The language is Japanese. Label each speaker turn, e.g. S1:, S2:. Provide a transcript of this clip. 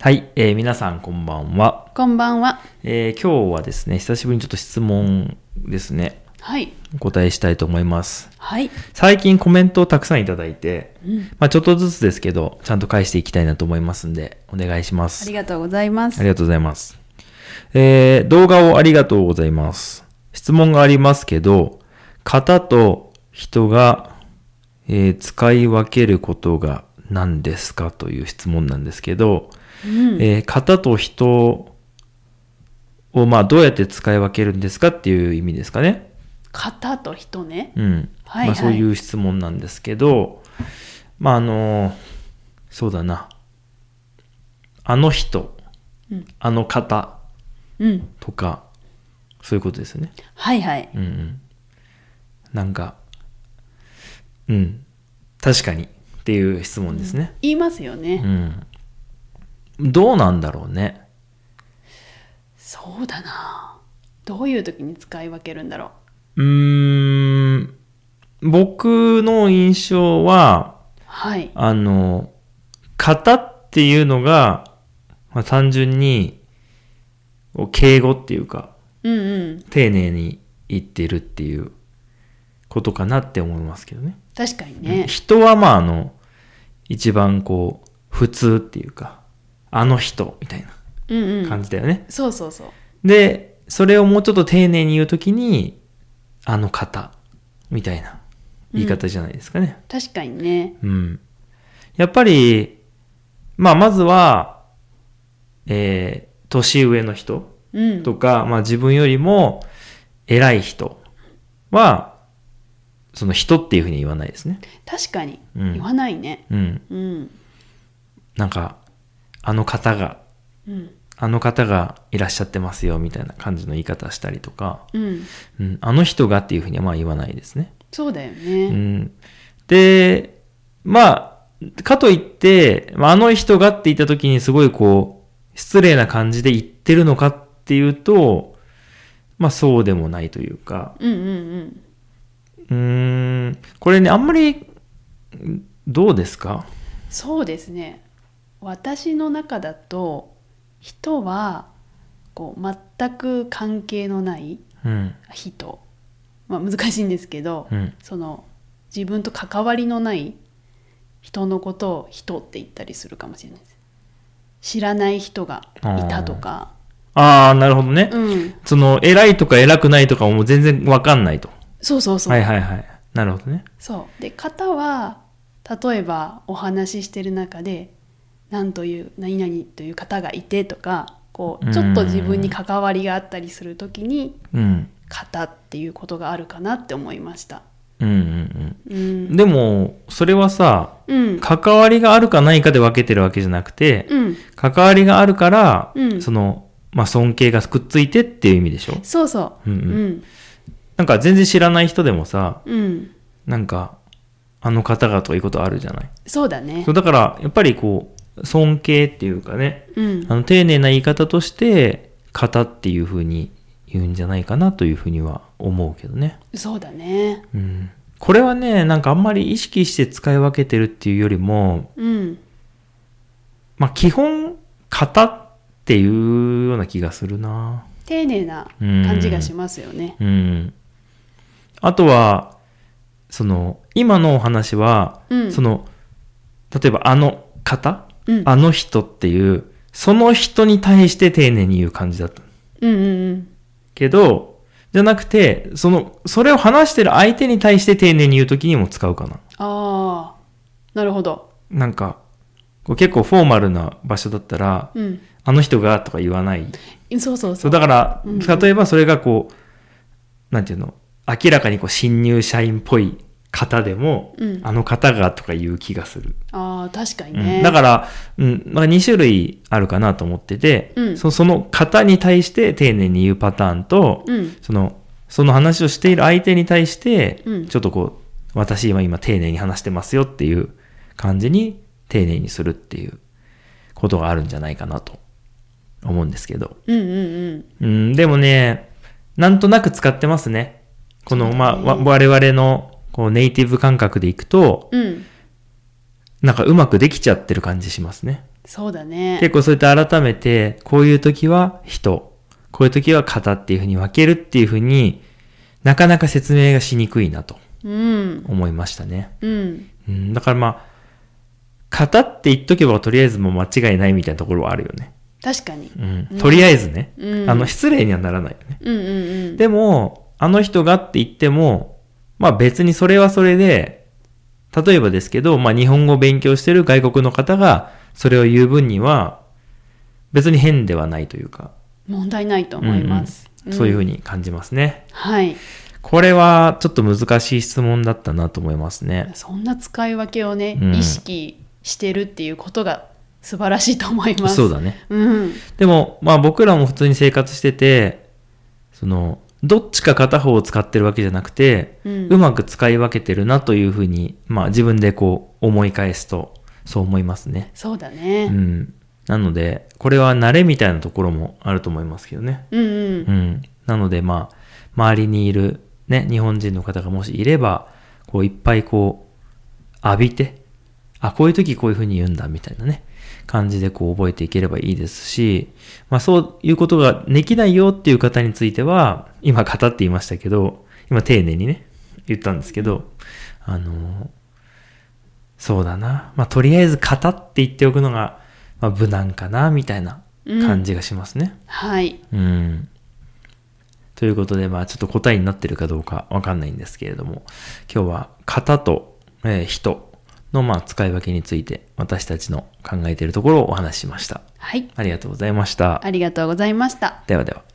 S1: はい、えー皆さんこんばんは、
S2: こんばんは。
S1: えー今日はですね、久しぶりにちょっと質問ですね、
S2: はい。
S1: お答えしたいと思います。
S2: はい。
S1: 最近コメントをたくさんいただいて、
S2: うん
S1: まあちょっとずつですけど、ちゃんと返していきたいなと思いますんで、お願いしま
S2: あ
S1: す
S2: り。がとうございます。
S1: ありがとうございます。えー動画をありがとうございます。質問がありますけど、型と人が、えー使い分けることが何ですかという質問なんですけど、
S2: うん
S1: えー型と人をまあどうやって使い分けるんですかっていう意味ですかね。
S2: 型と人ね。
S1: うん。
S2: はい
S1: まあ、
S2: はい
S1: そういう質問なんですけど、まああのそうだな。あの人、
S2: うん
S1: あの方、
S2: うん。
S1: とかそういうことですよね
S2: はいはい。
S1: うんうんなんかうん確かにっていう質問ですね
S2: 言いますよ
S1: う
S2: ね。
S1: ん、どうなんだろうね
S2: そうだな。どういう時に使い分けるんだろ
S1: うーん僕の印象は
S2: う。はい。
S1: あの型っていうのが、まあ、単純にこう敬語っていうか
S2: うんうん。
S1: 丁寧に言ってるっていうことかなって思いますけどね
S2: 確かにね。
S1: 人はまああの一番こう普通っていうかあの人みたい
S2: うんう。
S1: なん感じだよね、
S2: そうそうそう。
S1: でそれをもうちょっと丁寧に言うときにあの方みたいな言い方じゃないですかね
S2: 確かにね。
S1: うん、やっぱりまあまずはえー年上の人
S2: うん。
S1: とか、まあ自分よりも偉い人はその人っていうふうに言わないですね
S2: 確かに。
S1: うん
S2: 言わないね。
S1: うん
S2: うん。
S1: なんか、あの方が、
S2: うん。
S1: あの方がいらっしゃってますよ、みたいな感じの言い方したりとか、
S2: うん。
S1: うん、あの人がっていうふうにはまあ言わないですね。
S2: そうだよ
S1: う
S2: ね。
S1: ん、で、まあ、かといって、まああの人がって言った時にすごいこう、失礼な感じで言ってるのかっていうと、まあそうでもないというか、
S2: うんうんうん。
S1: うーん、これね、あんまり、どうですか
S2: そうですね私の中だと人はこう全く関係のない
S1: うん、
S2: 人、まあ、難しいんですけど、
S1: うん、
S2: その自分と関わりのない人のことを人って言ったりするかもしれないです知らない人がいたとか
S1: ああ、なるほどね。
S2: うん
S1: その、偉いとか偉くないとかも全然わかんないと。
S2: そうそうそう、
S1: はいはいはい。なるほどね。
S2: そうで型は例えばお話ししてる中で何という何々という方がいてとかこ
S1: うん
S2: うちょっと自分に関わりがあったりする時に
S1: うん。
S2: 型っていうことがあるかなって思いました。
S1: うんうん
S2: う
S1: うん。
S2: ん、
S1: でも、それはさ、
S2: うん、
S1: 関わりがあるかないかで分けてるわけじゃなくて、
S2: うん、
S1: 関わりがあるから、
S2: うん
S1: その、まあ、尊敬がくっついてっていう意味でしょ
S2: そうそう、
S1: うんう
S2: う
S1: ん。
S2: ん、
S1: なんか全然知らない人でもさ、
S2: うん、
S1: なんか、あの方がとかいうことあるじゃない。
S2: そうだね
S1: そう。だから、やっぱりこう、尊敬っていうかね、
S2: うん
S1: あ、の丁寧な言い方として型っていう風に言うんじゃないかなという風には思うけどね、
S2: そうだね。
S1: うん、これはねなんかあんまり意識して使い分けてるっていうよりも、
S2: うん、
S1: まあ、基本型っていうような気がするな
S2: 丁寧な感じがしますよね。
S1: うんあとはその今のお話は、
S2: うん
S1: その例えばあの方、
S2: うん
S1: あの人っていうその人に対して丁寧に言う感じだった
S2: うん、うん、
S1: けど、じゃなくて、その、それを話してる相手に対して丁寧に言うときにも使うかな。
S2: ああ、なるほど。
S1: なんか、こう結構フォーマルな場所だったら、
S2: うん、
S1: あの人がとか言わない。
S2: そうそうそ。
S1: そうう、だから、
S2: うん
S1: 例えばそれがこう、なんていうの、明らかにこう新入社員っぽい方でも、
S2: うん
S1: あの方がとか言う気がする。
S2: ああ、確かに
S1: うん
S2: ね。
S1: だから、うん、なんか2種類あるかなと思ってて、
S2: うん
S1: そその方に対して丁寧に言うパターンと、
S2: うん、
S1: その、その話をしている相手に対して、
S2: うん
S1: ちょっとこう、私は今丁寧に話してますよっていう感じに、丁寧にするっていうことがあるんじゃないかなと思うんですけど。
S2: うんうん
S1: うん、でもね、なんとなく使ってますね。この、
S2: そう
S1: ま
S2: だ
S1: あ、
S2: ね
S1: わ我々のこうネイティブ感覚でいくと、
S2: うんうん
S1: なんかうまくできちゃってる感じしますね。
S2: そうだね。
S1: 結構そうやって改めて、こういう時は人、こういう時は型っていうふうに分けるっていうふうになかなか説明がしにくいなと
S2: うん。
S1: 思いましたね。
S2: うん。
S1: うん、だからまあ、型って言っとけばとりあえずもう間違いないみたいなところはあるよね。
S2: 確かに。
S1: うん、とりあえずね。
S2: うん
S1: あの、失礼にはならないよね。
S2: うんうんうん。
S1: でも、あの人がって言っても、まあ別にそれはそれで、例えばですけど、まあ日本語を勉強してる外国の方がそれを言う分には、別に変ではないというか、
S2: 問題ないと思います。
S1: うんうんそういうふう
S2: に。
S1: に感じますね。
S2: はい。
S1: これはちょっと難しい質問だったなと思いますね。
S2: そんな使い分けをね、
S1: うん
S2: 意識してるっていうことが素晴らしいと思います。
S1: そう
S2: だ。
S1: だね。
S2: うん。
S1: でも、まあ僕らも普通に生活してて、その、どっちか片方を使ってるわけじゃなくて、
S2: うん
S1: うまく使い分けてるなというふうに、まあ自分でこう思い返すと、そう思いますね。
S2: そうだ
S1: う
S2: ね。
S1: ん。なので、これは慣れみたいなところもあると思いますけどね。
S2: うんうん。
S1: うん。なので、まあ、周りにいる、ね、日本人の方がもしいれば、こういっぱいこう、浴びて、あ、こういう時こういう風に言うんだ、みたいなね、感じでこう覚えていければいいですし、まあそういうことができないよっていう方については、今語って言いましたけど、今丁寧にね、言ったんですけど、あの、そうだな。まあとりあえず型って言っておくのが、まあ無難かな、みたいな感じがしますね。
S2: はい。
S1: うん。ということで、まあちょっと答えになってるかどうかわかんないんですけれども、今日は型と、えー人のまあ使い分けについて私たちの考えているところをお話ししました。
S2: はい。
S1: ありがとうございました。
S2: ありがとうございました。
S1: ではでは。